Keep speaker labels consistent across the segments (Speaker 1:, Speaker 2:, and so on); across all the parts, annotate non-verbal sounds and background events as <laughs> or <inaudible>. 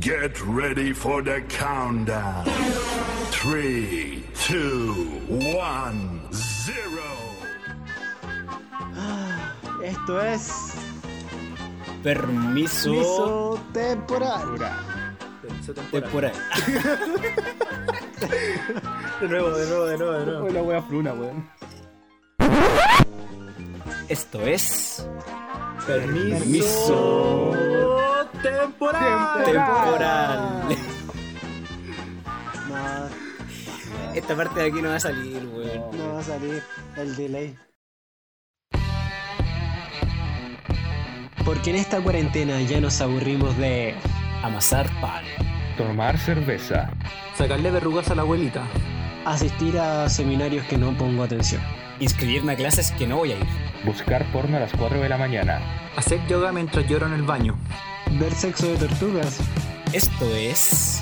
Speaker 1: Get ready for the countdown. Three, two, one, zero.
Speaker 2: Esto es
Speaker 3: Permiso
Speaker 2: Miso Temporal.
Speaker 4: Permiso
Speaker 3: temporal.
Speaker 4: temporal.
Speaker 3: Ah,
Speaker 4: De nuevo, de nuevo, de nuevo, de nuevo.
Speaker 2: la wea fruna, weón.
Speaker 3: Esto es
Speaker 4: Permiso,
Speaker 3: Permiso.
Speaker 4: temporal.
Speaker 3: temporal. <laughs>
Speaker 2: No,
Speaker 3: Esta parte de aquí no va a salir, weón.
Speaker 2: no va a salir el delay. Porque en esta cuarentena ya nos aburrimos de.
Speaker 3: Amasar pan.
Speaker 5: Tomar cerveza.
Speaker 4: Sacarle verrugas a la abuelita.
Speaker 2: asistir a seminarios que no pongo atención.
Speaker 3: Inscribirme a clases que no voy a ir.
Speaker 5: Buscar porno a las 4 de la mañana.
Speaker 4: Hacer yoga mientras lloro en el baño.
Speaker 2: Ver sexo de <laughs> tortugas.
Speaker 3: Esto es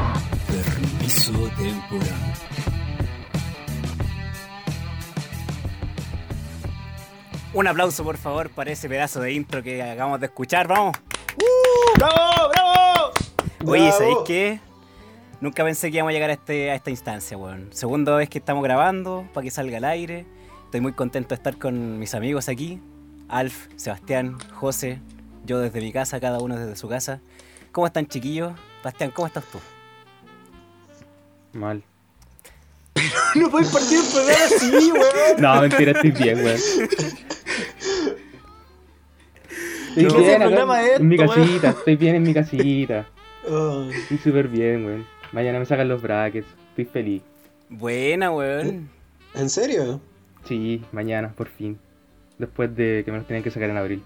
Speaker 3: Permiso temporal. Permiso temporal. Permiso temporal. Un aplauso por favor para ese pedazo de intro que acabamos de escuchar, vamos.
Speaker 4: ¡Uh! ¡Bravo, bravo!
Speaker 3: Oye,
Speaker 4: Bravo.
Speaker 3: ¿sabéis qué? Nunca pensé que íbamos a llegar a, este, a esta instancia, weón. Segunda vez que estamos grabando, para que salga al aire. Estoy muy contento de estar con mis amigos aquí. Alf, Sebastián, José, yo desde mi casa, cada uno desde su casa. ¿Cómo están, chiquillos? Sebastián, ¿cómo estás tú?
Speaker 5: Mal.
Speaker 4: No puedes partir el programa así, weón.
Speaker 5: No, mentira, estoy bien,
Speaker 4: <laughs>
Speaker 5: weón. Estoy
Speaker 4: No. ¿Qué es el
Speaker 5: acá
Speaker 4: programa de
Speaker 5: en mi
Speaker 4: esto, weón?
Speaker 5: casita, estoy bien
Speaker 4: <laughs>
Speaker 5: en mi casita.
Speaker 2: Oh,
Speaker 5: Estoy súper bien, weón. Mañana me sacan los brackets. Estoy feliz.
Speaker 3: Buena, weón.
Speaker 4: <laughs>
Speaker 2: ¿En serio?
Speaker 5: Sí, mañana, por fin. Después de que me los tenían que sacar en abril.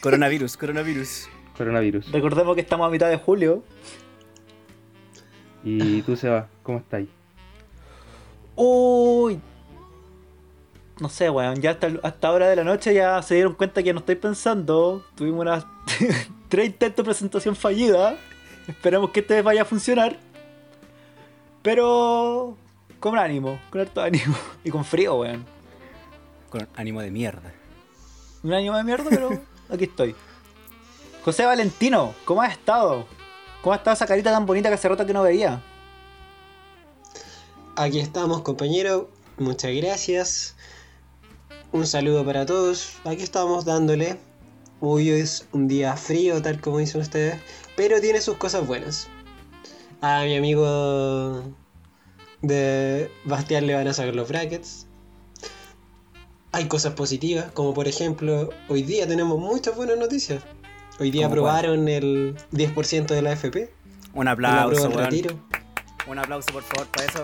Speaker 3: Coronavirus, coronavirus.
Speaker 5: Coronavirus.
Speaker 4: Recordemos que estamos a mitad de julio.
Speaker 5: Y tú, Seba, ¿cómo estáis?
Speaker 4: Uy. No sé, weón. Ya hasta, hasta hora de la noche ya se dieron cuenta que no estoy pensando. Tuvimos unas <laughs> tres intentos de presentación fallida. Esperamos que este vaya a funcionar. Pero con ánimo, con harto ánimo. <laughs> Y con frío, weón.
Speaker 3: Con ánimo de mierda.
Speaker 4: Un ánimo de mierda, pero aquí estoy. José Valentino, ¿cómo has estado? ¿Cómo ha estado esa carita tan bonita que hace rato que no veía?
Speaker 2: Aquí estamos, compañero. Muchas gracias. Un saludo para todos. Aquí estamos dándole. Hoy es un día frío, tal como dicen ustedes, pero tiene sus cosas buenas. A mi amigo de Bastián le van a sacar los brackets. Hay cosas positivas, como por ejemplo, hoy día tenemos muchas buenas noticias. Hoy día
Speaker 3: ¿Cómo cuál?
Speaker 2: aprobaron el 10% de la FP.
Speaker 3: Un
Speaker 2: y la aprueba
Speaker 3: aplauso,
Speaker 2: el
Speaker 3: weón.
Speaker 2: retiro.
Speaker 3: Un aplauso, por favor, para eso.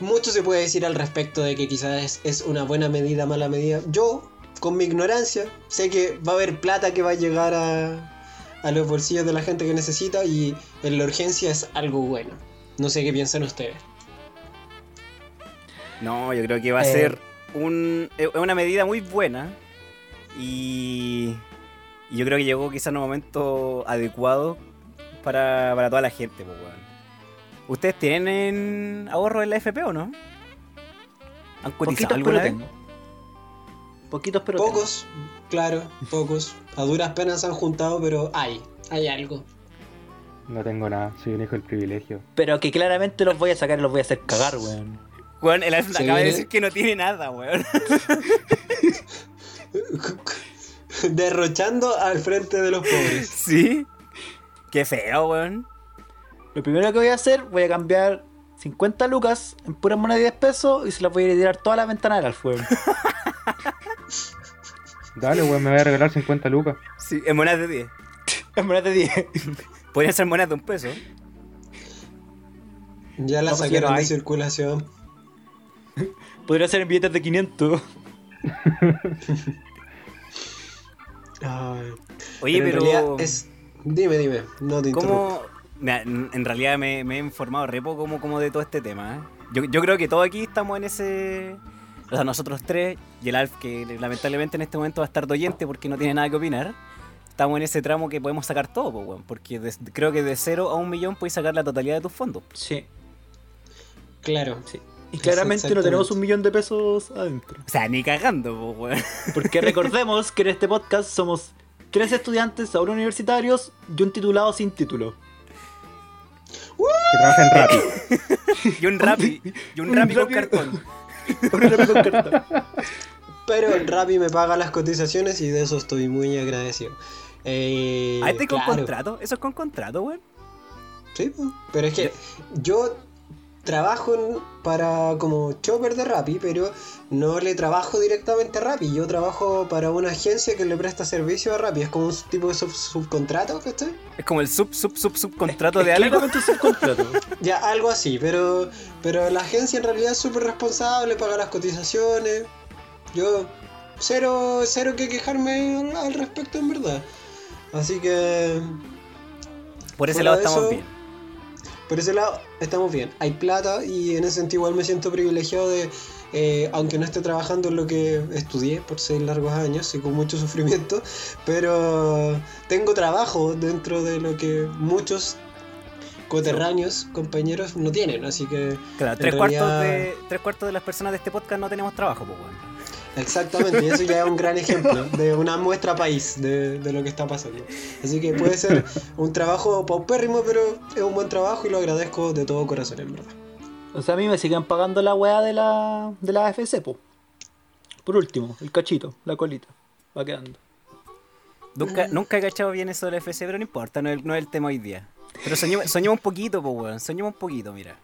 Speaker 2: Mucho se puede decir al respecto de que quizás es, es una buena medida, mala medida. Yo, con mi ignorancia, sé que va a haber plata que va a llegar a, a los bolsillos de la gente que necesita y en la urgencia es algo bueno. No sé qué piensan ustedes.
Speaker 3: No, yo creo que va a
Speaker 4: Eh.
Speaker 3: ser un, es una medida muy buena y, y yo creo que llegó quizás en un momento adecuado para, para toda la gente. pues, weón. ¿Ustedes tienen ahorro en la FP o no? ¿Han cotizado
Speaker 4: Poquitos,
Speaker 3: alguna
Speaker 4: pero
Speaker 3: vez?
Speaker 4: tengo. Poquitos, pero tengo.
Speaker 2: Pocos, claro, pocos. A duras penas se han juntado, pero hay, hay algo.
Speaker 5: No tengo nada, soy un hijo del privilegio.
Speaker 4: Pero que claramente los voy a sacar y los voy a hacer cagar, weón.
Speaker 3: Weón, el Alf
Speaker 2: Se
Speaker 3: acaba de
Speaker 2: viene.
Speaker 3: decir que no tiene nada, weón.
Speaker 2: <laughs>
Speaker 3: <laughs>
Speaker 2: Derrochando al frente de los pobres.
Speaker 3: ¿Sí? Qué feo, weón.
Speaker 4: Lo primero que voy a hacer, voy a cambiar 50 lucas en puras monedas de 10 pesos y se las voy a tirar toda la ventana del Alf, weón.
Speaker 5: Dale, weón, me voy a regalar 50 lucas.
Speaker 3: Sí, en monedas de 10.
Speaker 4: <laughs> En monedas de 10.
Speaker 3: Podrían ser monedas de un peso.
Speaker 2: Ya la
Speaker 4: No, pues, ya
Speaker 2: sacaron
Speaker 4: no
Speaker 2: de
Speaker 4: hay.
Speaker 2: circulación.
Speaker 4: Podría ser en billetes de 500.
Speaker 2: Ay,
Speaker 3: Oye,
Speaker 2: en
Speaker 3: pero...
Speaker 2: realidad es... Dime, dime, no te interrumpo.
Speaker 3: ¿Cómo.? Mira, en en realidad me, me he informado re poco como, como de todo este tema. ¿eh? Yo, yo creo que todos aquí estamos en ese. O sea, nosotros tres y el Alf, que lamentablemente en este momento va a estar doyente porque no tiene nada que opinar. Estamos en ese tramo que podemos sacar todo, po, weón, porque des- creo que de cero a un millón puedes sacar la totalidad de tus fondos.
Speaker 4: Sí.
Speaker 2: Claro.
Speaker 4: Sí. Y claramente no tenemos un millón de pesos adentro.
Speaker 3: O sea, ni cagando, po, weón.
Speaker 4: Porque recordemos que en este podcast somos tres estudiantes ahora universitarios y un titulado sin título.
Speaker 5: Que trabaja en <coughs> rápido.
Speaker 3: <laughs> Y un rapi, y un rapi con
Speaker 4: rapi-
Speaker 3: cartón.
Speaker 4: Un amigo con cartón.
Speaker 2: Pero el Rappi me paga las cotizaciones y de eso estoy muy agradecido. Eh,
Speaker 3: ¿Ah, este con
Speaker 2: claro.
Speaker 3: contrato? ¿Eso es con contrato, weón?
Speaker 2: Sí, pues. pero es que yo trabajo en- para como chopper de Rappi, pero no le trabajo directamente a Rappi. Yo trabajo para una agencia que le presta servicio a Rappi. Es como un tipo de sub- subcontrato, ¿cachai?
Speaker 3: Es como el sub, sub, sub, subcontrato de
Speaker 4: Es
Speaker 3: algo.
Speaker 4: claramente un subcontrato.
Speaker 2: Ya, algo así, pero, pero la agencia en realidad es súper responsable, paga las cotizaciones. Yo, cero, cero que quejarme al, al respecto, en verdad. Así que,
Speaker 3: Por ese
Speaker 2: Fuera
Speaker 3: lado
Speaker 2: de
Speaker 3: estamos
Speaker 2: eso-
Speaker 3: bien.
Speaker 2: por ese lado, estamos bien. Hay plata y en ese sentido igual me siento privilegiado de, eh, aunque no esté trabajando en lo que estudié por seis largos años y con mucho <laughs> sufrimiento, pero tengo trabajo dentro de lo que muchos coterráneos, compañeros, no tienen. Así que...
Speaker 3: Claro,
Speaker 2: en
Speaker 3: tres cuartos,
Speaker 2: realidad-
Speaker 3: de, tres cuartos de las personas de este podcast no tenemos trabajo, po, weón.
Speaker 2: Exactamente, y eso ya es un gran ejemplo de una muestra país de, de lo que está pasando. Así que puede ser un trabajo paupérrimo, pero es un buen trabajo y lo agradezco de todo corazón, en verdad.
Speaker 4: O sea, a mí me siguen pagando la weá de la, de la AFC, po. Por último, el cachito, la colita. Va quedando.
Speaker 3: Nunca, nunca he cachado bien eso del FC, pero no importa, no es, no es el tema hoy día. Pero soñemos, soñemos un poquito, po, weón. Soñemos un poquito, mira.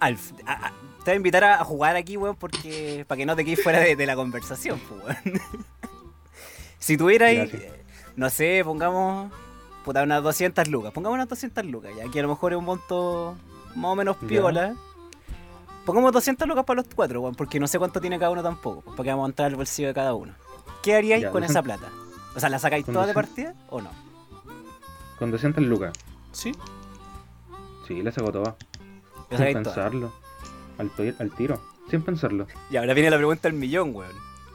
Speaker 3: Alf, a- a- te voy a invitar a a jugar aquí, weón, porque. para que no te quedes fuera de, de la conversación, po, weón. <laughs> Si tuvieras,
Speaker 5: Gracias.
Speaker 3: eh, no sé, pongamos. puta, unas 200 lucas. Pongamos unas 200 lucas, ya que a lo mejor es un monto más o menos
Speaker 5: Ya.
Speaker 3: piola. Pongamos 200 lucas para los cuatro, weón, porque no sé cuánto tiene cada uno tampoco, porque vamos a entrar al bolsillo de cada uno. ¿Qué haríais
Speaker 5: Ya,
Speaker 3: con
Speaker 5: deja-
Speaker 3: esa plata? O sea, ¿la sacáis
Speaker 5: Con
Speaker 3: toda de
Speaker 5: 200.
Speaker 3: partida o no?
Speaker 5: Con 200 lucas.
Speaker 3: Sí.
Speaker 5: Sí, la saco
Speaker 3: La
Speaker 5: toda. Sin
Speaker 3: sacáis toda.
Speaker 5: pensarlo. Al, to- al tiro. Sin pensarlo.
Speaker 3: Y ahora viene la pregunta del millón, weón.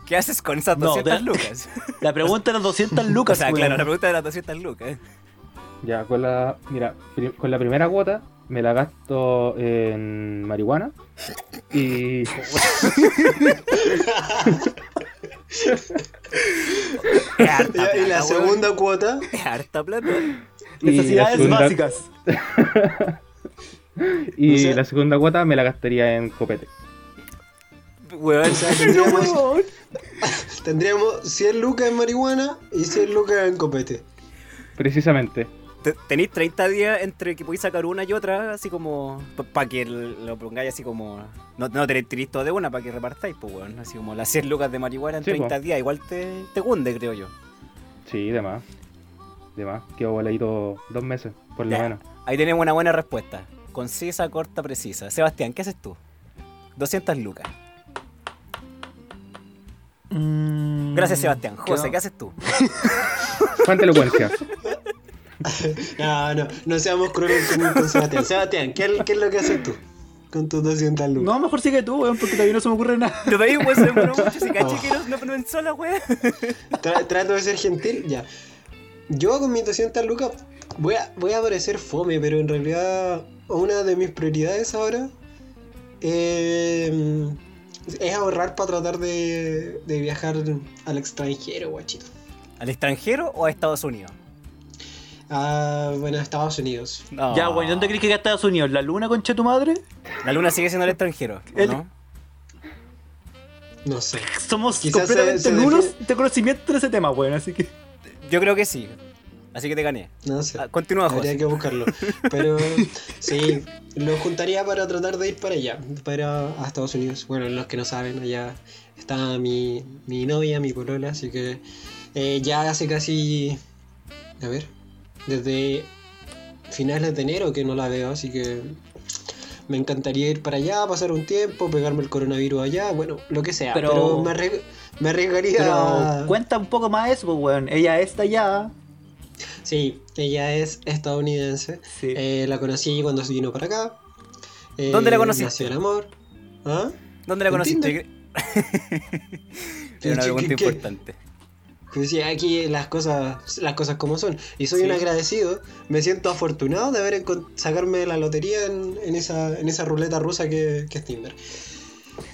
Speaker 3: ¿Qué haces con esas
Speaker 4: No,
Speaker 3: 200
Speaker 4: de-
Speaker 3: lucas?
Speaker 4: La pregunta eran 200
Speaker 3: o
Speaker 4: lucas,
Speaker 3: sea,
Speaker 4: weón.
Speaker 3: claro, la pregunta de las 200 lucas.
Speaker 5: Ya, con la. Mira, pri- con la primera gota me la gasto en marihuana. Y.
Speaker 3: Es <laughs> harta plata,
Speaker 2: Y la
Speaker 3: weón.
Speaker 2: segunda cuota,
Speaker 3: Es <laughs> harta plata.
Speaker 5: y la
Speaker 4: Necesidades
Speaker 5: segunda-
Speaker 4: básicas.
Speaker 5: Y
Speaker 2: O sea-
Speaker 5: la segunda gota me la gastaría en copete.
Speaker 3: Weón.
Speaker 2: o sea, tendríamos, <laughs> tendríamos 100 lucas en marihuana y 100 lucas en copete.
Speaker 5: Precisamente.
Speaker 3: te- Tenéis 30 días entre que podéis sacar una y otra, así como. Para que el- lo pongáis así como. No, no tenéis tenéis todo de una para que repartáis, pues, weón. Así como las 100 lucas de marihuana en
Speaker 5: Sí, po.
Speaker 3: 30 días. Igual te, te hunde, creo yo.
Speaker 5: Sí, de más. De más. Quedo voladito dos meses, por lo
Speaker 3: Ya.
Speaker 5: menos.
Speaker 3: Ahí tenemos una buena respuesta. Concisa, corta, precisa. Sebastián, ¿qué haces tú? 200 lucas.
Speaker 4: Mm,
Speaker 3: Gracias, Sebastián. José,
Speaker 4: no.
Speaker 3: ¿qué haces tú?
Speaker 5: ¿Cuánta elocuencia?
Speaker 2: No, no, no seamos crueles con, con Sebastián. <laughs> Sebastián, ¿qué, qué es lo que haces tú con tus 200 lucas?
Speaker 4: No, mejor sigue tú, weón, porque todavía no se me ocurre nada.
Speaker 3: Lo veis, weón, se <laughs> demoró mucho. Se caché que no, no pensó la weá.
Speaker 2: Tra- trato de ser gentil, ya. Yo con mis 200 lucas voy a, voy a parecer fome, pero en realidad una de mis prioridades ahora eh, es ahorrar para tratar de, de viajar al extranjero, guachito.
Speaker 3: <laughs> ¿Al extranjero o a Estados Unidos?
Speaker 2: A, Ah, bueno, a Estados Unidos.
Speaker 3: No.
Speaker 4: Ya, weón, ¿dónde crees que gasta Estados Unidos? ¿La luna, concha de tu madre?
Speaker 3: La luna sigue siendo el extranjero, ¿o
Speaker 4: El-
Speaker 3: ¿no?
Speaker 2: No sé.
Speaker 4: Somos
Speaker 2: Quizás
Speaker 4: completamente
Speaker 2: se- se
Speaker 4: nulos
Speaker 2: define-
Speaker 4: de conocimiento de ese tema, weón, así que.
Speaker 3: Yo creo que sí. Así que te gané.
Speaker 2: No sé.
Speaker 3: Ah, Continúa,
Speaker 2: Habría
Speaker 3: José.
Speaker 2: que buscarlo. Pero sí, lo juntaría para tratar de ir para allá, para a Estados Unidos. Bueno, los que no saben, allá está mi, mi novia, mi corola, así que eh, ya hace casi, a ver, desde finales de enero que no la veo, así que me encantaría ir para allá, pasar un tiempo, pegarme el coronavirus allá, bueno, lo que sea. Pero,
Speaker 4: Pero-
Speaker 2: me, arreg- me arriesgaría...
Speaker 4: Pero cuenta un poco más eso, pues, weón. Ella está allá.
Speaker 2: Sí, ella es estadounidense.
Speaker 4: Sí.
Speaker 2: Eh, la conocí cuando se vino para acá. Eh,
Speaker 3: ¿Dónde la conociste?
Speaker 2: Nació el amor. ¿Ah?
Speaker 3: ¿Dónde la
Speaker 2: ¿En
Speaker 3: <laughs> conociste? Era una
Speaker 2: ¿Qué-
Speaker 3: pregunta
Speaker 2: qué- qué? <laughs>
Speaker 3: importante.
Speaker 2: Pues sí, aquí las cosas, las cosas como son. Y soy
Speaker 3: Sí.
Speaker 2: un agradecido. Me siento afortunado de haber encon- sacarme la lotería en, en esa, en esa ruleta rusa que, que es Tinder.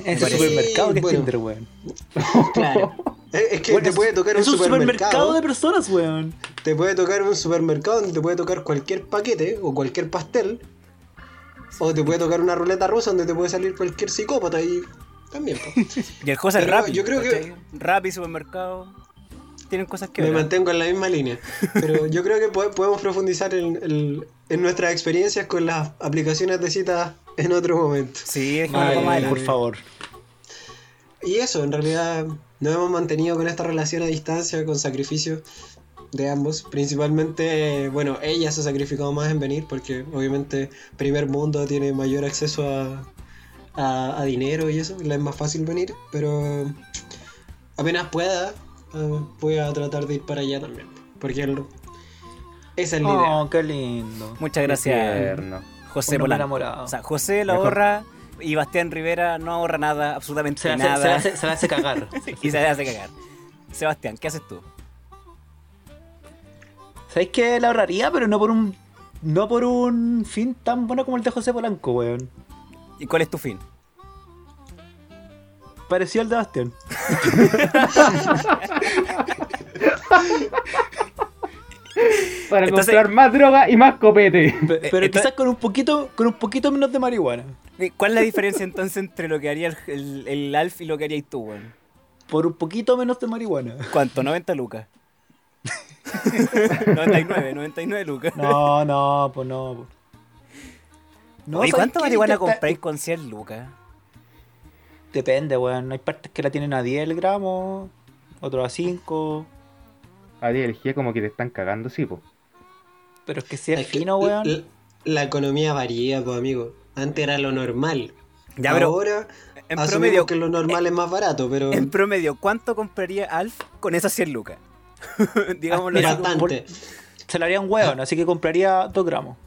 Speaker 4: Ese
Speaker 3: parece.
Speaker 4: supermercado que es
Speaker 2: Bueno.
Speaker 4: Tinder, weón.
Speaker 3: Claro.
Speaker 2: Es, es que
Speaker 4: Bueno,
Speaker 2: te puede tocar un
Speaker 4: es un supermercado
Speaker 2: supermercado.
Speaker 4: de personas, weón.
Speaker 2: Te puede tocar un supermercado donde te puede tocar cualquier paquete o cualquier pastel. O te puede tocar una ruleta rusa donde te puede salir cualquier psicópata y también. po.
Speaker 3: Y el José es
Speaker 2: Pero
Speaker 3: Rappi.
Speaker 2: yo creo que-
Speaker 3: ¿cachai? Rappi, supermercado. Tienen cosas que
Speaker 2: Me
Speaker 3: ver. ¿eh?
Speaker 2: mantengo en la misma línea. Pero
Speaker 3: <laughs>
Speaker 2: yo creo que po- podemos profundizar en, en- en nuestras experiencias con las aplicaciones de citas en otro momento.
Speaker 3: Sí, es
Speaker 2: Ay,
Speaker 3: algo más
Speaker 4: por
Speaker 3: adelante.
Speaker 4: favor.
Speaker 2: Y eso, en realidad, nos hemos mantenido con esta relación a distancia, con sacrificio de ambos. Principalmente, bueno, ella se ha sacrificado más en venir porque obviamente primer mundo tiene mayor acceso a, a- a dinero y eso, le es más fácil venir, pero apenas pueda, eh, voy a tratar de ir para allá también. Porque el- esa es la idea.
Speaker 4: Oh, qué lindo.
Speaker 3: Muchas gracias,
Speaker 5: Tierno.
Speaker 3: José
Speaker 4: Un hombre
Speaker 3: Polanco.
Speaker 4: enamorado.
Speaker 3: O sea, José la
Speaker 5: Mejor.
Speaker 3: ahorra y Bastián Rivera no ahorra nada, absolutamente
Speaker 4: Se la, hace,
Speaker 3: nada.
Speaker 4: se, la hace, se la
Speaker 3: <laughs>
Speaker 4: hace cagar.
Speaker 3: y se le hace cagar. Sebastián, ¿qué haces tú?
Speaker 4: ¿Sabéis que la ahorraría, pero no por un. No por un fin tan bueno como el de José Polanco, weón.
Speaker 3: ¿Y cuál es tu fin?
Speaker 4: Pareció el de Bastián.
Speaker 5: Para
Speaker 3: Entonces-
Speaker 5: comprar más droga y más copete.
Speaker 4: Pe-
Speaker 3: Eh,
Speaker 4: Pero
Speaker 3: esto-
Speaker 4: quizás con un poquito, con un poquito menos de marihuana.
Speaker 3: Eh, ¿Cuál es la diferencia entonces entre lo que haría el, el- el Alf y lo que harías tú, weón?
Speaker 4: Por un poquito menos de marihuana.
Speaker 3: ¿Cuánto? 90 lucas. 99, 99 lucas.
Speaker 4: <laughs> No, no, pues no. po. No,
Speaker 3: ¿Y
Speaker 4: ¿sabes
Speaker 3: cuánta
Speaker 4: qué?
Speaker 3: marihuana
Speaker 4: Intenta-
Speaker 3: compráis con 100 lucas?
Speaker 4: Depende, weón. Hay partes que la tienen a 10 gramos, otros a 5.
Speaker 5: Ari, el G como que te están cagando, sí, po.
Speaker 4: Pero es que si es,
Speaker 2: Es que
Speaker 4: fino,
Speaker 2: l-
Speaker 4: weón.
Speaker 2: l- La economía varía, pues amigo. Antes era lo normal.
Speaker 3: Ya, pero-
Speaker 2: Ahora
Speaker 3: En
Speaker 2: asumimos
Speaker 3: promedio, eh,
Speaker 2: que lo normal es más barato, pero
Speaker 3: en promedio, ¿cuánto compraría Alf con esas 100 lucas? <laughs> Digámoslo
Speaker 4: Ah, Mira,
Speaker 3: así. como-
Speaker 2: bastante.
Speaker 4: Se la haría un weón, así que compraría 2 gramos.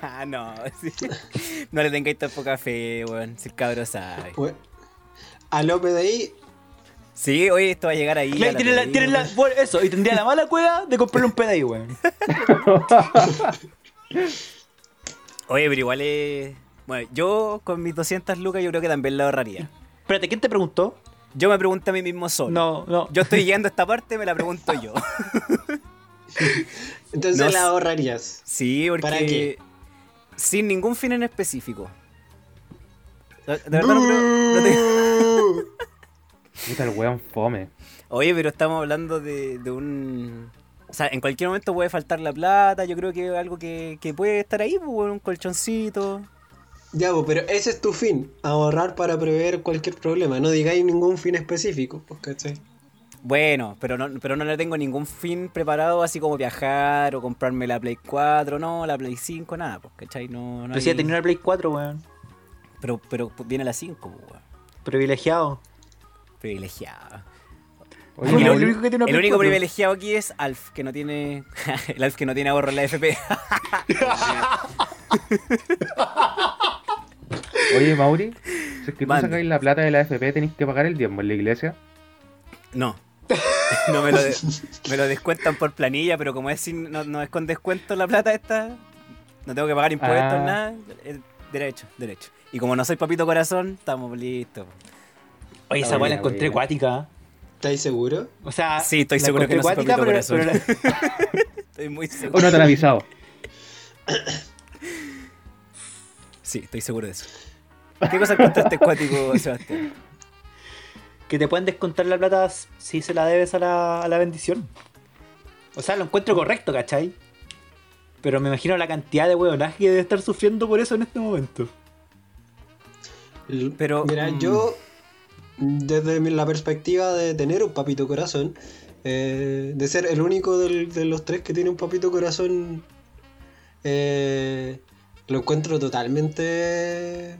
Speaker 3: Ah, no. <laughs> sí. No le tengáis tan poca fe, weón. Si el cabro sabe.
Speaker 2: Pues, a López de ahí,
Speaker 3: Sí, oye, esto va a llegar ahí. a
Speaker 4: Claro,
Speaker 3: la
Speaker 4: tiene la,
Speaker 3: tele,
Speaker 4: tiene la-
Speaker 3: weón.
Speaker 4: bueno, eso, y tendría la mala cueva de comprarle un PDI, <laughs> weón.
Speaker 3: Oye, pero igual es. Bueno, yo con mis 200 lucas yo creo que también la ahorraría.
Speaker 4: Espérate, ¿quién te preguntó?
Speaker 3: Yo me pregunto a mí mismo solo.
Speaker 4: No, no.
Speaker 3: Yo estoy llegando a esta parte, me la
Speaker 2: <laughs>
Speaker 3: pregunto yo.
Speaker 2: entonces
Speaker 3: No sé.
Speaker 2: la ahorrarías.
Speaker 3: Sí, porque.
Speaker 2: ¿Para qué?
Speaker 3: Sin ningún fin en específico. De de verdad no creo- no te-
Speaker 5: Puta, el weón fome.
Speaker 3: Oye, pero estamos hablando de, de un. O sea, en cualquier momento puede faltar la plata. Yo creo que es algo que, que puede estar ahí, pues, weón, un colchoncito.
Speaker 2: <laughs> Ya, pues, pero ese es tu fin, ahorrar para prever cualquier problema. No digáis ningún fin específico, pues, ¿cachai?
Speaker 3: Bueno, pero no, pero no le tengo ningún fin preparado, así como viajar o comprarme la Play 4, no, la Play 5, nada, pues, ¿cachai? No, no
Speaker 4: Pero si ya
Speaker 3: hay-
Speaker 4: tenía una Play 4, weón.
Speaker 3: pero, pero viene la 5, pues, weón.
Speaker 4: Privilegiado.
Speaker 3: Privilegiada.
Speaker 5: Oye,
Speaker 4: Bueno,
Speaker 5: no,
Speaker 4: el único que tiene una
Speaker 3: El
Speaker 4: Play
Speaker 3: único
Speaker 4: 4.
Speaker 3: privilegiado aquí es Alf, que no tiene. <laughs> el Alf que no tiene ahorro en la FP.
Speaker 5: oye, Mauri, si es que tú
Speaker 3: Mande.
Speaker 5: sacáis la plata de la FP, tenéis que pagar el diezmo en la iglesia.
Speaker 3: No. No me lo, de- me lo descuentan por planilla, pero como es sin, no, no es con descuento la plata esta, no tengo que pagar impuestos,
Speaker 5: Ah.
Speaker 3: nada. eh, Derecho, derecho. Y como no soy papito corazón, estamos listos.
Speaker 4: Oye, esa
Speaker 5: Ah,
Speaker 4: weón la
Speaker 5: mira,
Speaker 4: encontré
Speaker 5: mira.
Speaker 4: acuática. ¿ah?
Speaker 2: ¿Estáis seguro?
Speaker 4: O sea,
Speaker 3: Sí, estoy
Speaker 4: la
Speaker 3: seguro que no soy
Speaker 4: encontré
Speaker 3: papito
Speaker 4: acuática, pero-
Speaker 3: corazón.
Speaker 4: pero la-
Speaker 3: Estoy muy
Speaker 5: O no
Speaker 3: seguro.
Speaker 5: te han avisado.
Speaker 3: Sí, estoy seguro de eso. ¿Qué
Speaker 2: <laughs>
Speaker 3: cosa encontraste cuático, Sebastián?
Speaker 4: que te pueden descontar la plata si se la debes a la, a la bendición. O sea, lo encuentro correcto, ¿cachai? Pero me imagino la cantidad de huevonaje que debe estar sufriendo por eso en este momento.
Speaker 2: L-
Speaker 3: Pero,
Speaker 2: Mira,
Speaker 3: mm.
Speaker 2: yo, desde mi- la perspectiva de tener un papito corazón, eh, de ser el único del- de los tres que tiene un papito corazón, eh, lo encuentro totalmente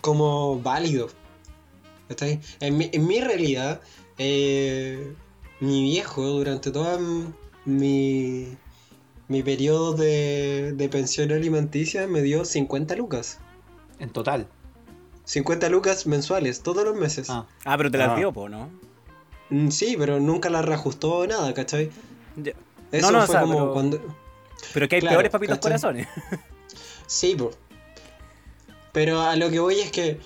Speaker 2: como válido. ¿Cachai? En mi, en mi realidad, eh, mi viejo durante toda m- mi, mi periodo de, de pensión alimenticia me dio 50 lucas.
Speaker 4: En total.
Speaker 2: 50 lucas mensuales, todos los meses.
Speaker 4: Ah.
Speaker 3: Ah, pero te las
Speaker 5: Ah.
Speaker 3: dio, po, ¿no?
Speaker 2: Mm, Sí, pero nunca la reajustó nada, ¿cachai?
Speaker 3: Ya.
Speaker 2: Eso
Speaker 3: no, o
Speaker 2: fue
Speaker 3: sea,
Speaker 2: como
Speaker 3: pero-
Speaker 2: cuando.
Speaker 3: Pero que hay
Speaker 2: Claro,
Speaker 3: peores papitos
Speaker 2: ¿cachai?
Speaker 3: corazones.
Speaker 2: Sí, po. Pero a lo que voy es que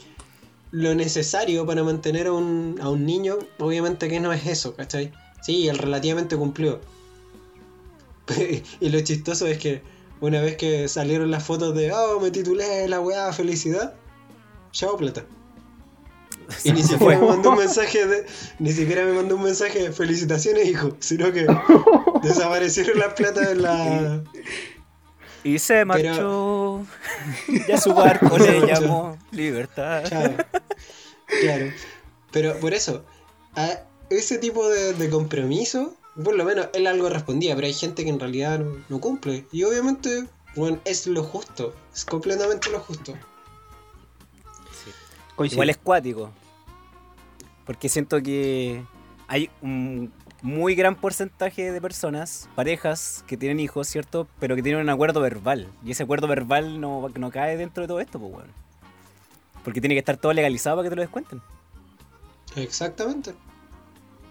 Speaker 2: lo necesario para mantener a un, a un niño, obviamente que no es eso, ¿cachai? Sí, él relativamente cumplió. <laughs> y lo chistoso es que una vez que salieron las fotos de, oh, me titulé la weá, felicidad, chao plata. Y ni
Speaker 3: <laughs> Se
Speaker 2: siquiera me
Speaker 3: fue.
Speaker 2: mandó un mensaje de. Ni siquiera me mandó un mensaje de felicitaciones, hijo. Sino que desaparecieron las plata de la.
Speaker 3: Y se marchó. <laughs> ya su barco
Speaker 2: Se <laughs>
Speaker 3: le
Speaker 2: marchó.
Speaker 3: llamó Libertad.
Speaker 2: Claro. claro. Pero por eso, a ese tipo de, de compromiso, por lo menos él algo respondía, pero hay gente que en realidad no, no cumple. Y obviamente, bueno, es lo justo. Es completamente lo justo.
Speaker 4: Coincido.
Speaker 3: Igual es cuático. Porque siento que hay un muy gran porcentaje de personas, parejas, que tienen hijos, ¿cierto? Pero que tienen un acuerdo verbal. Y ese acuerdo verbal no, no cae dentro de todo esto, pues, weón. Porque tiene que estar todo legalizado para que te lo descuenten.
Speaker 2: Exactamente.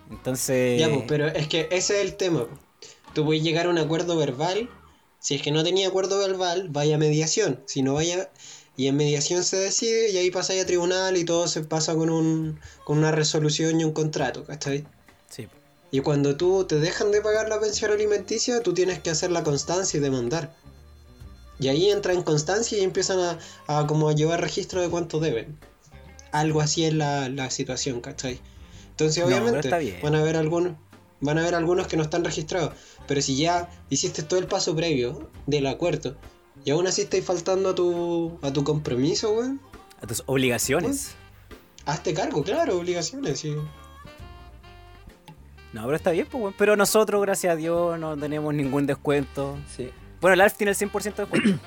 Speaker 3: Entonces.
Speaker 2: Ya, pues, pero es que ese es el tema. po. Tú puedes llegar a un acuerdo verbal. Si es que no tenía acuerdo verbal, vaya a mediación. Si no vaya. Y en mediación se decide y ahí pasáis a tribunal y todo se pasa con, un, con una resolución y un contrato, ¿cachai?
Speaker 3: Sí.
Speaker 2: Y cuando tú te dejan de pagar la pensión alimenticia, tú tienes que hacer la constancia y demandar. Y ahí entra en constancia y empiezan a, a como a llevar registro de cuánto deben. Algo así es la, la situación, ¿cachai? Entonces
Speaker 3: No, pero
Speaker 2: obviamente
Speaker 3: está bien.
Speaker 2: van a haber algunos, van a haber algunos que no están registrados. Pero si ya hiciste todo el paso previo del acuerdo y aún así estáis faltando a tu, a tu compromiso, weón,
Speaker 3: A tus
Speaker 2: Pues.
Speaker 3: obligaciones.
Speaker 2: hazte cargo, claro, obligaciones. sí.
Speaker 3: No, pero está bien, pues, weón. Pero nosotros, gracias a Dios, no tenemos ningún descuento.
Speaker 4: Sí.
Speaker 3: Bueno, el Alf tiene el 100% de descuento.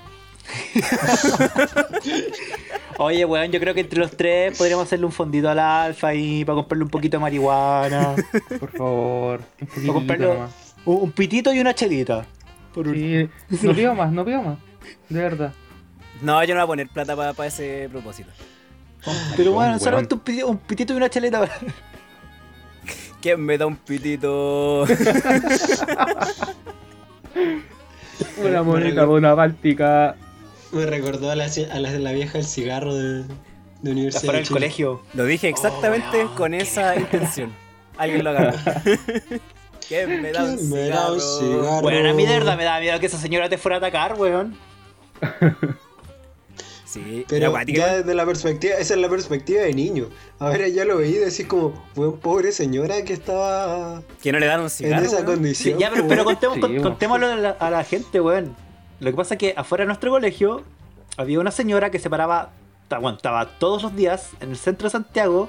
Speaker 2: <coughs>
Speaker 4: Oye, weón, yo creo que entre los tres podríamos hacerle un fondito al alfa ahí para comprarle un poquito de
Speaker 3: <laughs>
Speaker 4: marihuana.
Speaker 5: Por favor. Un poquitito
Speaker 4: comprarlo.
Speaker 5: nomás.
Speaker 4: un, un pitito y una chelita. Por un-
Speaker 5: Sí, no pido más, no pido más. De verdad.
Speaker 3: no, yo no voy a poner plata para ese propósito.
Speaker 4: Pero bueno,
Speaker 5: weón.
Speaker 4: solamente un piti- un pitito y una chelita para-
Speaker 3: ¿Quién me da
Speaker 2: <laughs>
Speaker 3: un pitito?
Speaker 5: Una moneda, Eh, una báltica.
Speaker 2: Me recordó a la, a la, la vieja del cigarro de, de universidad.
Speaker 4: para
Speaker 2: de
Speaker 4: el
Speaker 2: Chile.
Speaker 4: colegio.
Speaker 3: Lo dije exactamente
Speaker 2: Oh,
Speaker 4: weón,
Speaker 3: con
Speaker 4: qué
Speaker 3: esa intención. Alguien
Speaker 2: <laughs>
Speaker 3: lo agarró. ¿Quién me da un
Speaker 2: ¿Quién me da un
Speaker 3: cigarro?
Speaker 2: cigarro?
Speaker 4: Bueno, a mí de verdad me da miedo que esa señora te fuera a atacar, weón.
Speaker 3: Sí,
Speaker 2: Pero
Speaker 3: la guática,
Speaker 2: ya desde la perspectiva, esa es la perspectiva de niño. Ahora ya lo veí, decís como, buen pobre señora que estaba
Speaker 3: que no le dan un
Speaker 2: en
Speaker 3: cigarro.
Speaker 2: esa
Speaker 3: weón?
Speaker 2: condición.
Speaker 4: Sí, ya, pero, pero contemos,
Speaker 5: Sí,
Speaker 4: con-
Speaker 5: weón.
Speaker 4: contémoslo a la, a la gente, weón. Lo que pasa es que afuera de nuestro colegio había una señora que se paraba, ta- bueno, estaba todos los días en el centro de Santiago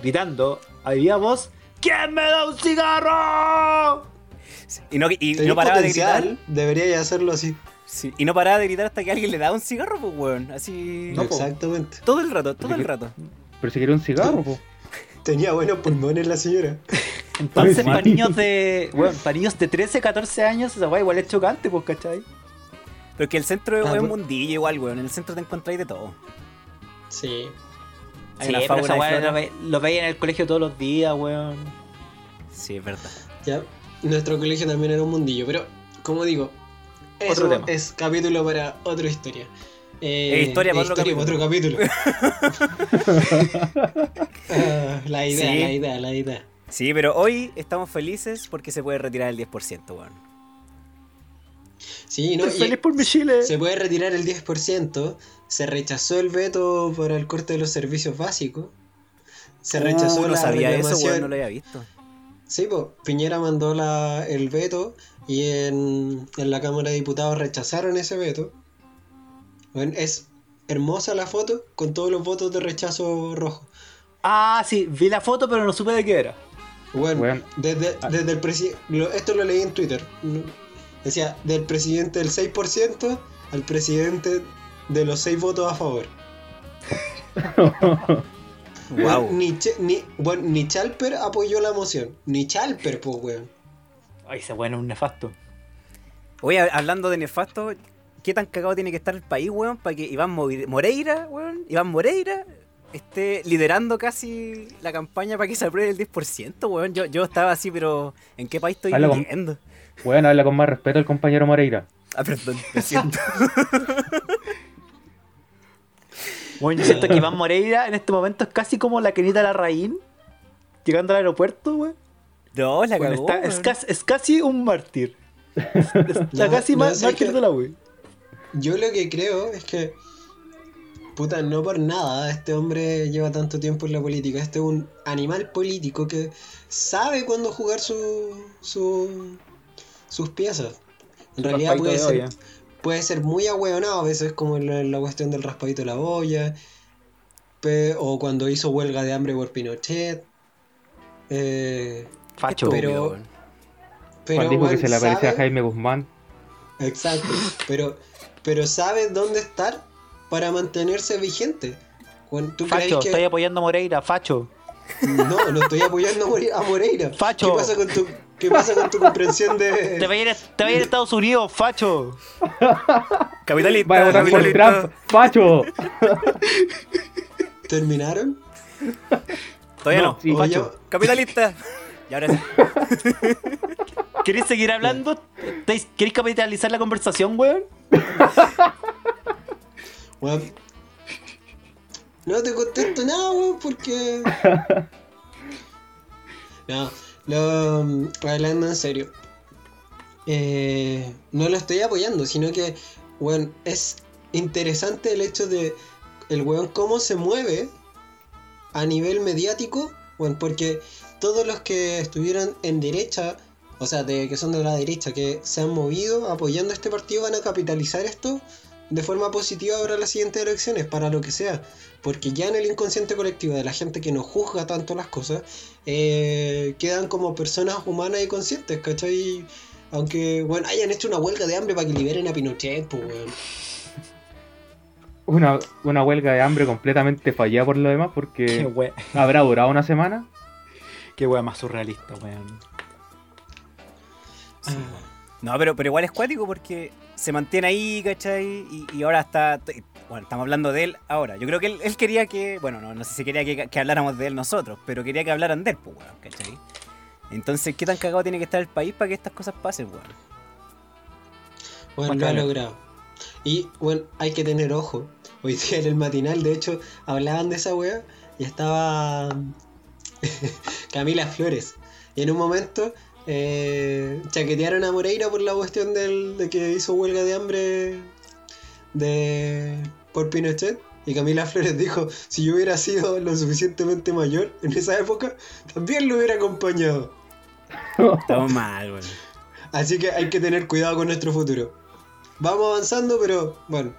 Speaker 4: gritando, había voz, ¿Quién me da un cigarro?
Speaker 3: Y no, y
Speaker 2: Tenés
Speaker 3: no paraba de
Speaker 2: potencial,
Speaker 3: gritar.
Speaker 2: debería ya hacerlo así.
Speaker 3: sí, y no paraba de gritar hasta que alguien le da un cigarro, pues, weón. Así.
Speaker 4: No, po.
Speaker 2: pues. Exactamente.
Speaker 3: Todo el rato, todo el rato.
Speaker 5: Pero si quiere un cigarro, po.
Speaker 2: Tenía buenos pulmones la
Speaker 3: <laughs>
Speaker 2: señora.
Speaker 4: Entonces,
Speaker 5: Sí.
Speaker 4: para niños de, weón, para niños de 13, 14 años, esa weá igual es chocante, pues, ¿cachai?
Speaker 3: Pero que el centro
Speaker 2: Ah,
Speaker 3: es un
Speaker 2: bu-
Speaker 3: mundillo igual, weón. En el centro te encontráis de todo.
Speaker 2: Sí.
Speaker 3: Hay
Speaker 4: sí,
Speaker 3: una
Speaker 4: pero esa
Speaker 3: fábula de
Speaker 4: weá
Speaker 3: flora.
Speaker 4: lo, ve- lo veía en el colegio todos los días, weón.
Speaker 3: Sí, es verdad.
Speaker 2: Ya, nuestro colegio también era un mundillo, pero como digo, eso
Speaker 4: Otro tema.
Speaker 2: es capítulo para otra historia. Eh,
Speaker 3: Es historia para otro
Speaker 2: capítulo.
Speaker 3: <laughs>
Speaker 2: Ah, la idea,
Speaker 3: Sí.
Speaker 2: la idea, la idea.
Speaker 3: Sí, pero hoy estamos felices porque se puede retirar el 10%, weón.
Speaker 2: Sí, ¿no?
Speaker 4: Estoy
Speaker 2: Y
Speaker 4: feliz por mi chile.
Speaker 2: se puede retirar el 10%, se rechazó el veto para el corte de los servicios básicos, se rechazó
Speaker 3: Uh, no
Speaker 2: la
Speaker 3: sabía eso,
Speaker 2: reclamación-
Speaker 3: weón. No lo había visto.
Speaker 2: Sí, pues Piñera mandó la, el veto y en, en la Cámara de Diputados rechazaron ese veto. Bueno, es hermosa la foto con todos los votos de rechazo rojo.
Speaker 4: Ah, sí, vi la foto, pero no supe de qué era.
Speaker 2: Bueno,
Speaker 5: Bueno.
Speaker 2: desde,
Speaker 5: Ah.
Speaker 2: desde el presi- lo- esto lo leí en Twitter. ¿no? Decía, del presidente del 6% al presidente de los 6 votos a favor.
Speaker 3: Wow.
Speaker 2: Bueno, ni, Ch- ni, bueno, ni Chalper apoyó la moción. Ni Chalper, pues, weón.
Speaker 4: Ay, ese weón es un nefasto.
Speaker 3: Oye, hab- hablando de nefasto, ¿qué tan cagado tiene que estar el país, weón? Para que Iván Movi- Moreira, weón, Iván Moreira esté liderando casi la campaña para que se apruebe el 10%, weón. Yo, yo estaba así, pero ¿en qué país estoy
Speaker 5: Habla con-
Speaker 3: viviendo?
Speaker 5: Bueno, habla con más respeto el compañero Moreira.
Speaker 3: Ah, perdón, lo siento.
Speaker 4: Bueno, yo siento que Iván Moreira en este momento es casi como la querida Larraín llegando al aeropuerto, güey.
Speaker 3: No, la
Speaker 4: Bueno,
Speaker 3: cagó,
Speaker 4: está- es,
Speaker 3: weón.
Speaker 4: cas- es casi un mártir. Está
Speaker 2: No,
Speaker 4: casi
Speaker 2: no,
Speaker 4: más
Speaker 2: ¿sabes
Speaker 4: mártir
Speaker 2: qué?
Speaker 4: de la E. web.
Speaker 2: Yo lo que creo es que, puta, no por nada este hombre lleva tanto tiempo en la política. Este es un animal político que sabe cuándo jugar su, su- sus piezas. En realidad puede ser,
Speaker 4: eh.
Speaker 2: puede ser muy ahueonado a veces, como en la, la cuestión del raspadito de la boya, pe- o cuando hizo huelga de hambre por Pinochet. Eh,
Speaker 4: Facho.
Speaker 2: pero-
Speaker 3: Estúpido, weón.
Speaker 2: pero
Speaker 5: Juan dijo que
Speaker 2: weón,
Speaker 5: se le aparecía a
Speaker 2: sabe-
Speaker 5: Jaime Guzmán.
Speaker 2: Exacto, pero, pero sabe dónde estar para mantenerse vigente. Cuando tú crees
Speaker 4: Facho,
Speaker 2: que...
Speaker 4: estoy apoyando a Moreira, Facho.
Speaker 2: No, no estoy apoyando a More- a Moreira.
Speaker 4: Facho.
Speaker 2: ¿Qué pasa con tu, qué pasa con tu comprensión
Speaker 4: Te va
Speaker 2: de...
Speaker 4: a ir a, te va a, ir a Estados Unidos, Facho.
Speaker 3: Capitalista,
Speaker 5: Vaya a votar por
Speaker 3: capitalista.
Speaker 5: Trump, Pacho.
Speaker 2: ¿Terminaron?
Speaker 3: Todavía no.
Speaker 4: No.
Speaker 5: Sí,
Speaker 2: ¿O
Speaker 4: Facho.
Speaker 3: Capitalista. Y ahora sí.
Speaker 4: ¿Querés seguir
Speaker 2: <laughs>
Speaker 4: hablando? ¿Te- ¿Querés capitalizar la conversación, weón?
Speaker 2: ya? Weón, No te contesto nada, weón, porque... No, lo- mm, hablando en serio. eh, no lo estoy apoyando, sino que, bueno, es interesante el hecho de el weón cómo se mueve a nivel mediático, bueno, porque todos los que estuvieron en derecha, o sea, de, que son de la derecha, que se han movido apoyando a este partido, van a capitalizar esto de forma positiva ahora en las siguientes elecciones, para lo que sea, porque ya en el inconsciente colectivo de la gente que no juzga tanto las cosas, eh, quedan como personas humanas y conscientes, ¿cachai? Aunque, bueno, hayan hecho una huelga de hambre para que liberen a Pinochet, pues, weón.
Speaker 5: Una, una huelga de hambre completamente fallada por lo demás
Speaker 4: Qué
Speaker 5: porque
Speaker 4: wea,
Speaker 5: habrá durado una semana.
Speaker 4: qué wea más surrealista, weón.
Speaker 3: No, pero, pero igual es cuático porque se mantiene ahí, ¿cachai? Y, y ahora está. t- Bueno, estamos hablando de él ahora. Yo creo que él, él quería que. Bueno, no, no sé si quería que, que habláramos de él nosotros, pero quería que hablaran de él, pues, weón, ¿cachai? Entonces, ¿qué tan cagado tiene que estar el país para que estas cosas pasen, weón?
Speaker 2: Bueno,
Speaker 4: Más
Speaker 2: lo ha
Speaker 4: claro.
Speaker 2: logrado. Y bueno, hay que tener ojo. <laughs> Hoy día en el matinal, de hecho, hablaban de esa wea y estaba <laughs> Camila Flores. Y en un momento eh, chaquetearon a Moreira por la cuestión del, de que hizo huelga de hambre de por Pinochet. Y Camila Flores dijo, si yo hubiera sido lo suficientemente mayor en esa época, también lo hubiera acompañado.
Speaker 3: Estamos mal, weón.
Speaker 2: Así que hay que tener cuidado con nuestro futuro. Vamos avanzando, pero bueno,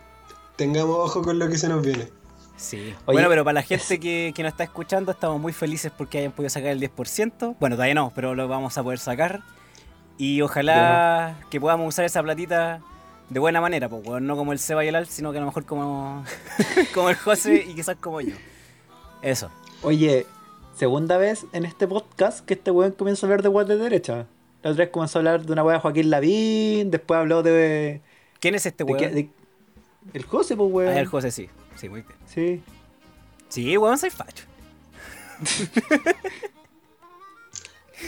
Speaker 2: tengamos ojo con lo que se nos viene.
Speaker 3: Sí.
Speaker 4: Oye,
Speaker 3: bueno, pero para la gente que, que nos está escuchando, estamos muy felices porque hayan podido sacar el 10%. Bueno, todavía no, pero lo vamos a poder sacar. Y ojalá que podamos usar esa platita de buena manera, pues, weón, no como el Seba y el Alf, sino que a lo mejor como, <laughs> como el José y quizás como yo. Eso.
Speaker 4: Oye, segunda vez en este podcast que este weón comienza a hablar de weas de derecha. La otra vez comenzó a hablar de una wea de Joaquín Lavín, después habló de.
Speaker 3: ¿Quién es este
Speaker 4: de,
Speaker 3: weón?
Speaker 4: que- de- el José, pues
Speaker 3: Ah,
Speaker 4: weón.
Speaker 3: el José, sí. Sí, muy bien.
Speaker 4: Sí.
Speaker 3: Sí, weón, soy facho.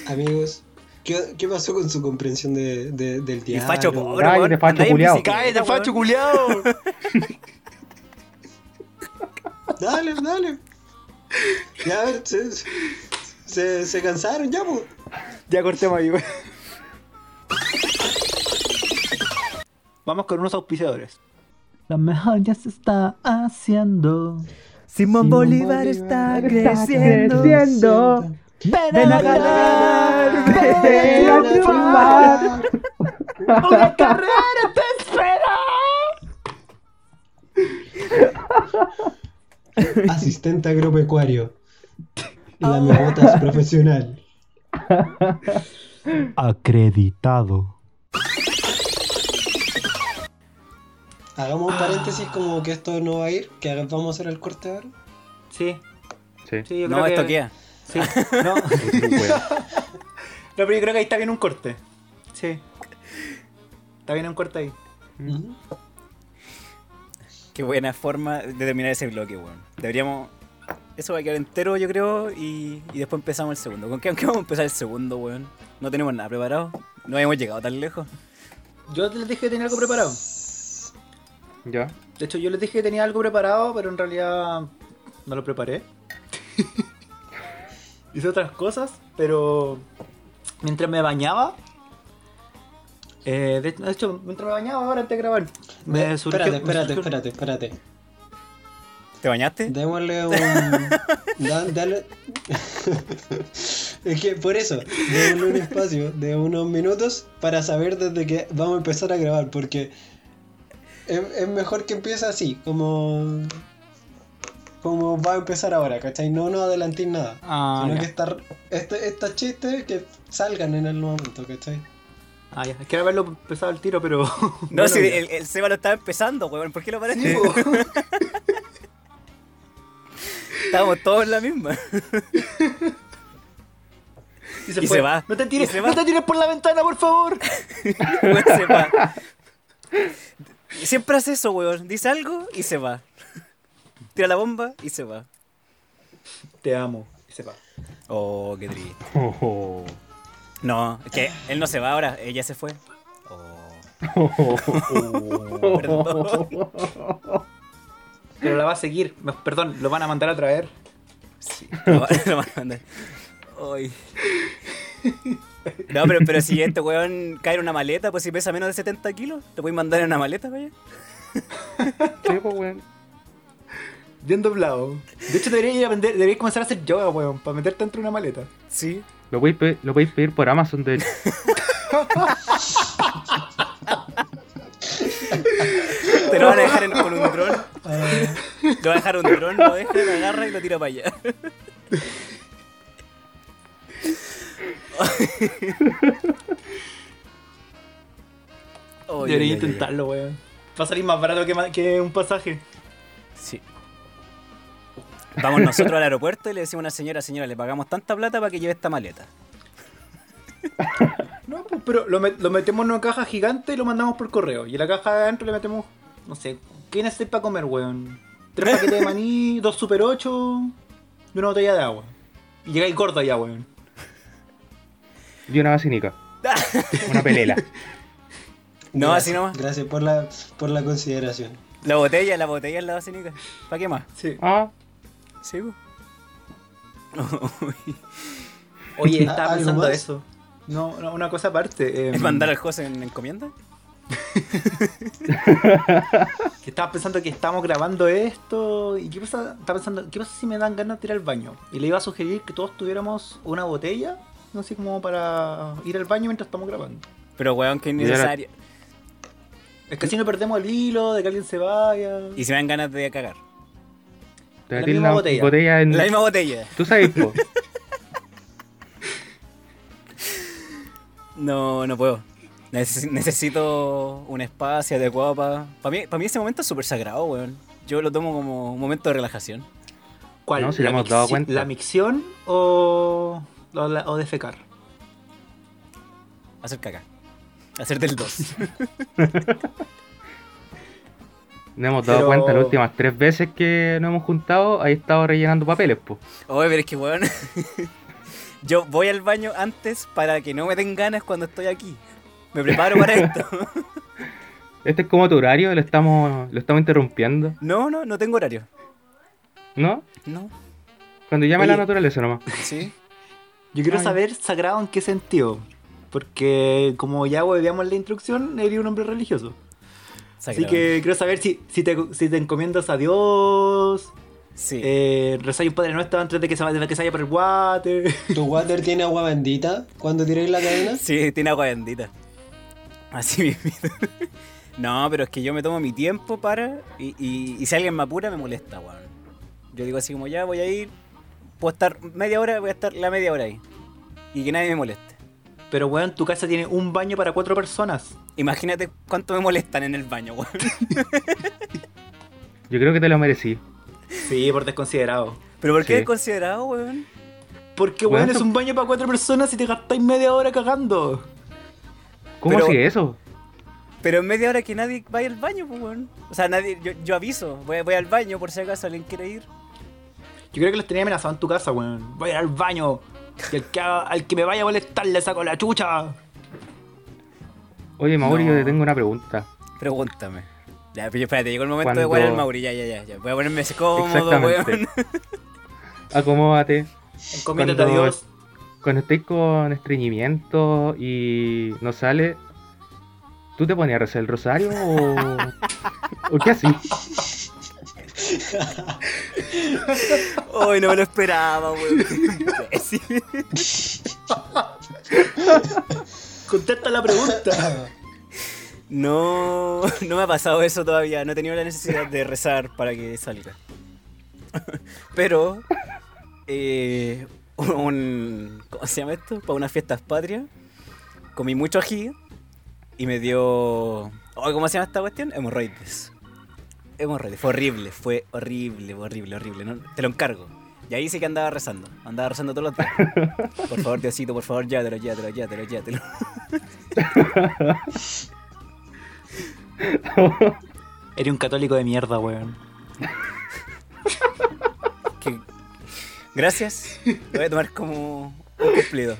Speaker 2: Amigos, ¿qué, qué pasó con su comprensión de, de- del
Speaker 3: Y
Speaker 2: diablo?
Speaker 3: facho pobre,
Speaker 5: Ay,
Speaker 3: weón.
Speaker 5: de facho
Speaker 3: Andá en
Speaker 5: culiao.
Speaker 3: bicicleta,
Speaker 4: ¡Cállate,
Speaker 3: weón.
Speaker 4: Facho, culiao!
Speaker 2: Dale, dale. Ya, a ver, se, se- se cansaron, ya, pues.
Speaker 4: <laughs> ya cortemos ahí, weón. Vamos con unos auspiciadores. La mejor ya se está haciendo.
Speaker 6: Simón Bolívar está creciendo. Ven a ganar. Ven a triunfar.
Speaker 4: ¡Una carrera te espera!
Speaker 2: Asistente agropecuario. La
Speaker 6: Ah.
Speaker 2: mi bota es profesional.
Speaker 4: Acreditado.
Speaker 2: Hagamos
Speaker 4: Ah.
Speaker 2: un paréntesis como que esto no va a ir, que vamos a hacer el corte ahora.
Speaker 4: Sí,
Speaker 5: Sí.
Speaker 4: sí, yo creo
Speaker 3: No,
Speaker 4: que...
Speaker 3: esto queda.
Speaker 4: Sí, <laughs> no. no,
Speaker 5: Bueno,
Speaker 4: pero yo creo que ahí está bien un corte. Sí. Está bien un corte ahí.
Speaker 2: Ujú.
Speaker 3: Qué buena forma de terminar ese bloque, weón. Deberíamos Eso va a quedar entero, yo creo, y, y después empezamos el segundo. ¿Con qué, con qué vamos a empezar el segundo, weón? No tenemos nada preparado. No habíamos llegado tan lejos.
Speaker 4: Yo les dije que tenía algo preparado.
Speaker 5: Ya.
Speaker 4: De hecho, yo les dije que tenía algo preparado, pero en realidad no lo preparé. <laughs> Hice otras cosas, pero mientras me bañaba. eh, de, de hecho, mientras me bañaba ahora antes de grabar. Me
Speaker 2: Eh,
Speaker 4: surgió-
Speaker 2: espérate,
Speaker 4: me
Speaker 2: espérate,
Speaker 4: surgió- ¿Eh?
Speaker 2: espérate, espérate.
Speaker 3: ¿Te bañaste?
Speaker 2: Démosle un.
Speaker 4: <laughs>
Speaker 2: da- dale- <laughs> es que por eso, démosle un espacio de unos minutos para saber desde que vamos a empezar a grabar, porque es, es mejor que empiece así, como. Como va a empezar ahora, ¿cachai? No nos adelantéis nada.
Speaker 4: Ah,
Speaker 2: sino
Speaker 4: ya.
Speaker 2: que estar, este, estos chistes que salgan en el momento, ¿cachai?
Speaker 4: Ah, ya. Es que haberlo empezado el tiro, pero.
Speaker 3: No,
Speaker 4: <laughs> bueno,
Speaker 3: si
Speaker 4: ya.
Speaker 3: el, el Seba lo estaba empezando, weón. ¿Por qué lo
Speaker 4: Sí,
Speaker 3: paraste?
Speaker 4: po.
Speaker 3: Estábamos todos en la misma. <laughs> Y
Speaker 4: fue.
Speaker 3: se va.
Speaker 4: No te tires,
Speaker 3: Y se
Speaker 4: no
Speaker 3: va.
Speaker 4: te tires por la ventana, por favor.
Speaker 3: Weón, se va. Siempre hace eso, weón. Dice algo y se va. Tira la bomba y se va.
Speaker 4: Te amo. Y se va.
Speaker 3: Oh, qué triste.
Speaker 5: Oh,
Speaker 3: No, es que él no se va ahora, ella se fue. Oh. perdón.
Speaker 4: Pero la va a seguir. Me- Perdón, lo van a mandar a traer.
Speaker 3: Sí, <laughs> lo, va- lo van a mandar. Ay. No, pero, pero si este weón cae en una maleta, pues si pesa menos de 70 kilos, ¿lo puedes mandar en una maleta, vaya?
Speaker 5: Sí, pues, weón.
Speaker 4: Bien doblado. De hecho, debería ir a aprender, debería comenzar a hacer yoga, weón, para meterte dentro de una maleta.
Speaker 3: Sí.
Speaker 5: Lo podéis pedir, lo podéis pedir por Amazon, de hecho.
Speaker 3: Te lo van a dejar en- con un dron. Lo va a dejar un dron, lo deja, lo agarra y lo tira para allá. Ay, ay, ay, ay.
Speaker 4: debería intentarlo, weón. Va a salir más barato que, ma- que un pasaje.
Speaker 3: Sí. Vamos nosotros al aeropuerto y le decimos a una señora, señora, le pagamos tanta plata para que lleve esta maleta.
Speaker 4: No, pues, pero lo, met- lo metemos en una caja gigante y lo mandamos por correo. Y en la caja de adentro le metemos, no sé, ¿qué necesitas para comer, weón? Tres paquetes de maní, dos super 8 y una botella de agua. Y llegáis gordo allá, weón.
Speaker 5: Y una vacinica. Una pelela.
Speaker 3: No,
Speaker 2: Gracias,
Speaker 3: así nomás.
Speaker 2: Gracias por la, por la consideración.
Speaker 3: <laughs> La botella, la botella en la basílica. ¿Para qué más?
Speaker 4: Sí.
Speaker 5: Ah,
Speaker 3: Sí, po. Uy.
Speaker 4: Oye,
Speaker 2: ¿Algo
Speaker 4: estaba pensando
Speaker 2: más?
Speaker 4: eso. No, no, una cosa
Speaker 3: <laughs>
Speaker 4: aparte.
Speaker 3: ¿Es
Speaker 4: em,
Speaker 3: mandar al José en encomienda?
Speaker 4: Que estaba pensando que estábamos grabando esto y qué pasa, estaba pensando, ¿qué pasa si me dan ganas de ir al baño? Y le iba a sugerir que todos tuviéramos una botella, no sé, como para ir al baño mientras estamos grabando.
Speaker 3: Pero weón, que es
Speaker 5: Mira la-
Speaker 3: necesario.
Speaker 4: Es que así no perdemos el hilo de que alguien se vaya.
Speaker 3: Y se me dan ganas de cagar.
Speaker 5: te
Speaker 4: La
Speaker 5: metí
Speaker 4: misma
Speaker 5: la
Speaker 4: botella.
Speaker 5: botella. en.
Speaker 3: La misma botella.
Speaker 5: Tú sabes, po.
Speaker 3: No, no puedo. Neces- necesito un espacio adecuado para... Para mí, pa' mí ese momento es súper sagrado, weón. Yo lo tomo como un momento de relajación.
Speaker 4: ¿Cuál?
Speaker 5: No, si le
Speaker 4: ¿La
Speaker 5: hemos dado
Speaker 4: micci-
Speaker 5: cuenta.
Speaker 4: ¿La micción o, o, la- o defecar?
Speaker 3: Hacer caca. Hacer del 2.
Speaker 5: Nos hemos dado
Speaker 4: Pero-
Speaker 5: cuenta las últimas tres veces que nos hemos juntado, ahí he estado rellenando papeles, po.
Speaker 3: <laughs> Oye, pero es que weón... <laughs> Yo voy al baño antes para que no me den ganas cuando estoy aquí. Me preparo para esto.
Speaker 5: Este es como tu horario, lo estamos, lo estamos interrumpiendo,
Speaker 3: No, no, no tengo horario.
Speaker 5: ¿no?
Speaker 3: No,
Speaker 5: Cuando llame
Speaker 4: Oye.
Speaker 5: la naturaleza nomás.
Speaker 3: <laughs> sí.
Speaker 4: Yo quiero
Speaker 5: Ay.
Speaker 4: saber sagrado en qué sentido. Porque como ya volvíamos la instrucción, eres un hombre religioso. Así
Speaker 3: Sagrado.
Speaker 4: que quiero saber si, si, te, si te encomiendas a Dios,
Speaker 3: Sí.
Speaker 4: Eh, rezáis un Padre Nuestro antes de que se vaya, de que se vaya por el guate. <laughs>
Speaker 2: ¿Tu water tiene agua bendita cuando tiréis la cadena?
Speaker 3: Sí, tiene agua bendita. Así <laughs> mismo. No, pero es que yo me tomo mi tiempo para. Y, y- y si alguien me apura, me molesta, weón. Yo digo así como ya, voy a ir. Puedo estar media hora, voy a estar la media hora ahí. Y que nadie me moleste.
Speaker 4: Pero weón, tu casa tiene un baño para cuatro personas.
Speaker 3: Imagínate cuánto me molestan en el baño, weón. <laughs>
Speaker 5: Yo creo que te lo merecí.
Speaker 4: Sí, por desconsiderado.
Speaker 3: Pero ¿por qué
Speaker 5: Sí.
Speaker 3: es considerado, weón?
Speaker 4: Porque
Speaker 5: Weón,
Speaker 4: weón es
Speaker 5: tu-
Speaker 4: un baño para cuatro personas y te gastáis media hora cagando.
Speaker 5: ¿Cómo
Speaker 3: Pero-
Speaker 5: sigue eso?
Speaker 3: Pero en media hora que nadie vaya al baño, pues, weón. O sea, nadie, yo, yo aviso, voy, voy al baño por si acaso alguien quiere ir.
Speaker 4: Yo Yo creo que los tenía amenazado en tu casa, weón. Voy a ir al baño. Y al que, haga- al que me vaya a molestar le saco la chucha.
Speaker 5: Oye, Mauri, yo
Speaker 3: No.
Speaker 5: te tengo una pregunta.
Speaker 3: Pregúntame. Ya, pero espérate, llegó el momento de
Speaker 5: Cuando-
Speaker 3: guardar el Mauri. Ya, ya, ya, ya. Voy a ponerme cómodo, weón.
Speaker 5: Exactamente. Acomódate.
Speaker 4: Encomiéndate a
Speaker 5: Cuando-
Speaker 4: Dios.
Speaker 5: Cuando estés con estreñimiento y no sale, ¿tú te pones a rezar el rosario o, o qué así?
Speaker 3: <laughs> Ay, no me lo esperaba, weón. Sí.
Speaker 4: Contesta la pregunta. <laughs>
Speaker 3: No, <laughs> no me ha pasado eso todavía. No he tenido la necesidad de rezar para que salga. <laughs> Pero, eh, <laughs> un, ¿cómo se llama esto? Para unas fiestas patrias, comí mucho ají y me dio. oh, ¿Cómo se llama esta cuestión? Hemorroides. Hemorroides. Fue horrible, fue horrible, horrible, horrible. no- te lo encargo. Y ahí sí que andaba rezando. Andaba rezando todos los días. Por favor, Diosito, por favor, llévatelo, llévatelo, llévatelo, llévatelo.
Speaker 4: Eres un católico de
Speaker 3: <laughs>
Speaker 4: mierda, weón.
Speaker 3: Que- Gracias. Lo voy a tomar como un cumplido.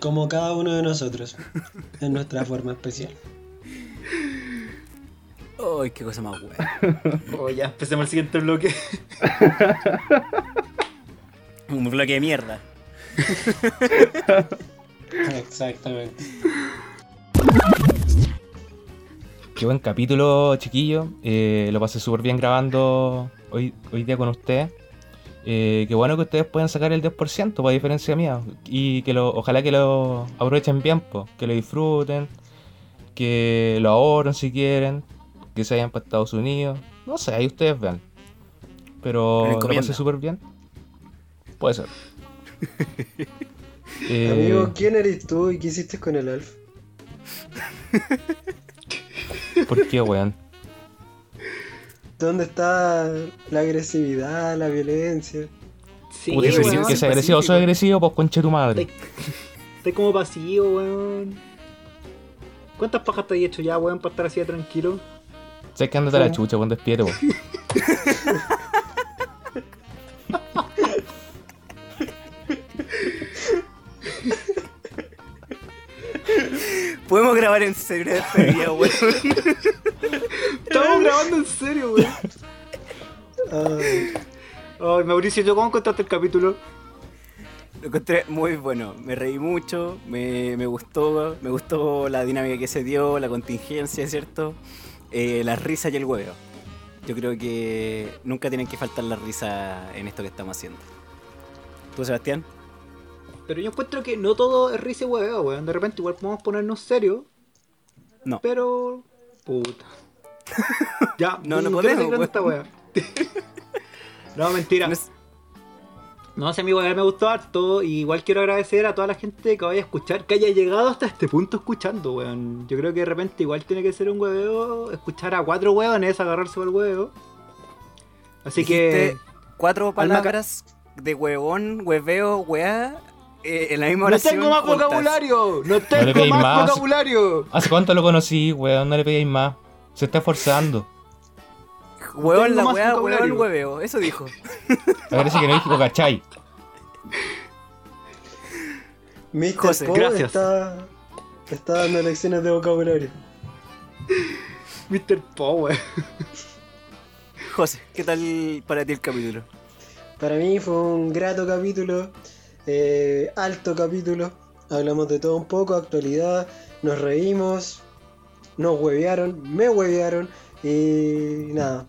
Speaker 2: Como cada uno de nosotros. En nuestra forma especial.
Speaker 3: Ay, qué cosa más buena.
Speaker 4: Oh, ya, empecemos el siguiente bloque.
Speaker 3: Un bloque de mierda.
Speaker 2: Exactamente.
Speaker 7: Qué buen capítulo, chiquillo. Eh, lo pasé súper bien grabando hoy, hoy día con ustedes. Eh, qué bueno que ustedes puedan sacar el 10%, para diferencia mía. Y que lo, ojalá que lo aprovechen bien, po, que lo disfruten, que lo ahorren si quieren, que se vayan para Estados Unidos. No sé, ahí ustedes ven.
Speaker 3: Me
Speaker 7: Pero lo
Speaker 3: encomienda.
Speaker 7: pasé súper bien. Puede ser. Eh,
Speaker 2: Amigo, ¿quién eres tú y qué hiciste con el Alf?
Speaker 7: Eh, ¿Por qué, weón?
Speaker 2: ¿Dónde está la agresividad, la violencia?
Speaker 4: Sí,
Speaker 7: Puta,
Speaker 3: weón,
Speaker 7: que se- que
Speaker 3: soy
Speaker 7: sea agresivo, soy agresivo, pues conche tu madre.
Speaker 4: Estoy como pasivo, weón. ¿Cuántas pajas te has hecho ya, weón, para estar así de tranquilo?
Speaker 7: Sé que andate a la chucha cuando despierto, weón.
Speaker 3: Podemos grabar en serio este día, weón. <laughs>
Speaker 4: Estamos grabando en serio, weón.
Speaker 2: Ay,
Speaker 4: Ay, Mauricio, ¿tú cómo encontraste el capítulo?
Speaker 3: Lo encontré muy bueno. Me reí mucho, me, me gustó, me gustó la dinámica que se dio, la contingencia, ¿cierto? Eh, la risa y el huevo. Yo creo que nunca tienen que faltar la risa en esto que estamos haciendo. ¿Tú, Sebastián?
Speaker 4: Pero yo encuentro que no todo es risa y hueveo, weón. De repente igual podemos ponernos serio.
Speaker 3: No.
Speaker 4: Pero.
Speaker 3: <laughs>
Speaker 4: Puta. ya, mm,
Speaker 3: No, no
Speaker 4: ¿qué
Speaker 3: podemos,
Speaker 4: hace grande esta weá? <laughs> no, mentira.
Speaker 3: No es-
Speaker 4: No sé, amigo, a mí me gustó harto. Y igual quiero agradecer a toda la gente que vaya a escuchar, que haya llegado hasta este punto escuchando, weón. Yo creo que de repente igual tiene que ser un hueveo escuchar a cuatro weones agarrarse por el huevo. Así que.
Speaker 3: Dijiste Cuatro
Speaker 4: Alma ca-
Speaker 3: palabras de huevón, hueveo, weá. eh, en la misma
Speaker 4: ¡No
Speaker 3: oración
Speaker 4: tengo más
Speaker 3: juntas.
Speaker 4: vocabulario! ¡No
Speaker 7: le
Speaker 4: tengo
Speaker 7: pedí
Speaker 4: más,
Speaker 7: más.
Speaker 4: vocabulario!
Speaker 7: ¿Hace cuánto lo conocí, weón? No le pegáis más. Se está esforzando.
Speaker 3: Huevón,
Speaker 4: Tengo
Speaker 3: la
Speaker 4: más
Speaker 3: weá,
Speaker 4: vocabulario.
Speaker 3: huevón, hueveo. Eso
Speaker 4: <laughs>
Speaker 3: dijo.
Speaker 7: Me parece que no dijo, ¿cachai?
Speaker 2: Mr.
Speaker 3: José,
Speaker 2: Po
Speaker 4: gracias.
Speaker 2: Está, está dando lecciones de vocabulario.
Speaker 4: Mr. Power.
Speaker 3: José, ¿qué tal para ti el capítulo?
Speaker 2: Para mí fue un grato capítulo, eh, alto capítulo. Hablamos de todo un poco, actualidad, nos reímos, nos huevearon, me huevearon y nada.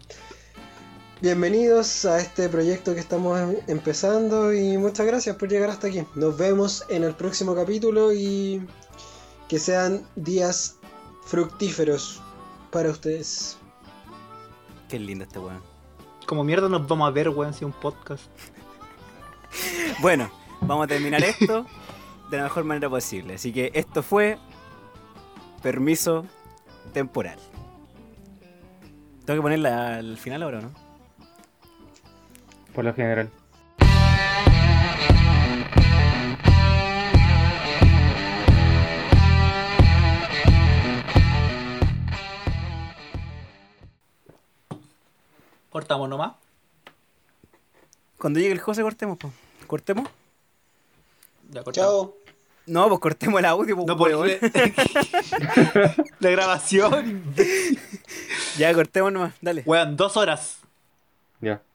Speaker 2: Bienvenidos a este proyecto que estamos em- empezando y muchas gracias por llegar hasta aquí. Nos vemos en el próximo capítulo y que sean días fructíferos para ustedes.
Speaker 3: Qué lindo este weón.
Speaker 4: Como mierda nos vamos a ver, weón, si es un podcast.
Speaker 3: <laughs> Bueno, vamos a terminar esto de la mejor manera posible. Así que esto fue permiso temporal. Tengo que ponerla al final ahora, o ¿no?
Speaker 5: Por lo general.
Speaker 4: Cortamos nomás.
Speaker 3: Cuando llegue el José, cortemos, po. ¿Cortemos?
Speaker 4: Ya, cortamos.
Speaker 2: Chao.
Speaker 3: No, pues cortemos el audio, po,
Speaker 4: No
Speaker 3: weón.
Speaker 4: pues,
Speaker 3: <laughs>
Speaker 4: La grabación.
Speaker 3: Ya, cortemos nomás, dale.
Speaker 4: Weón, dos horas.
Speaker 5: Ya.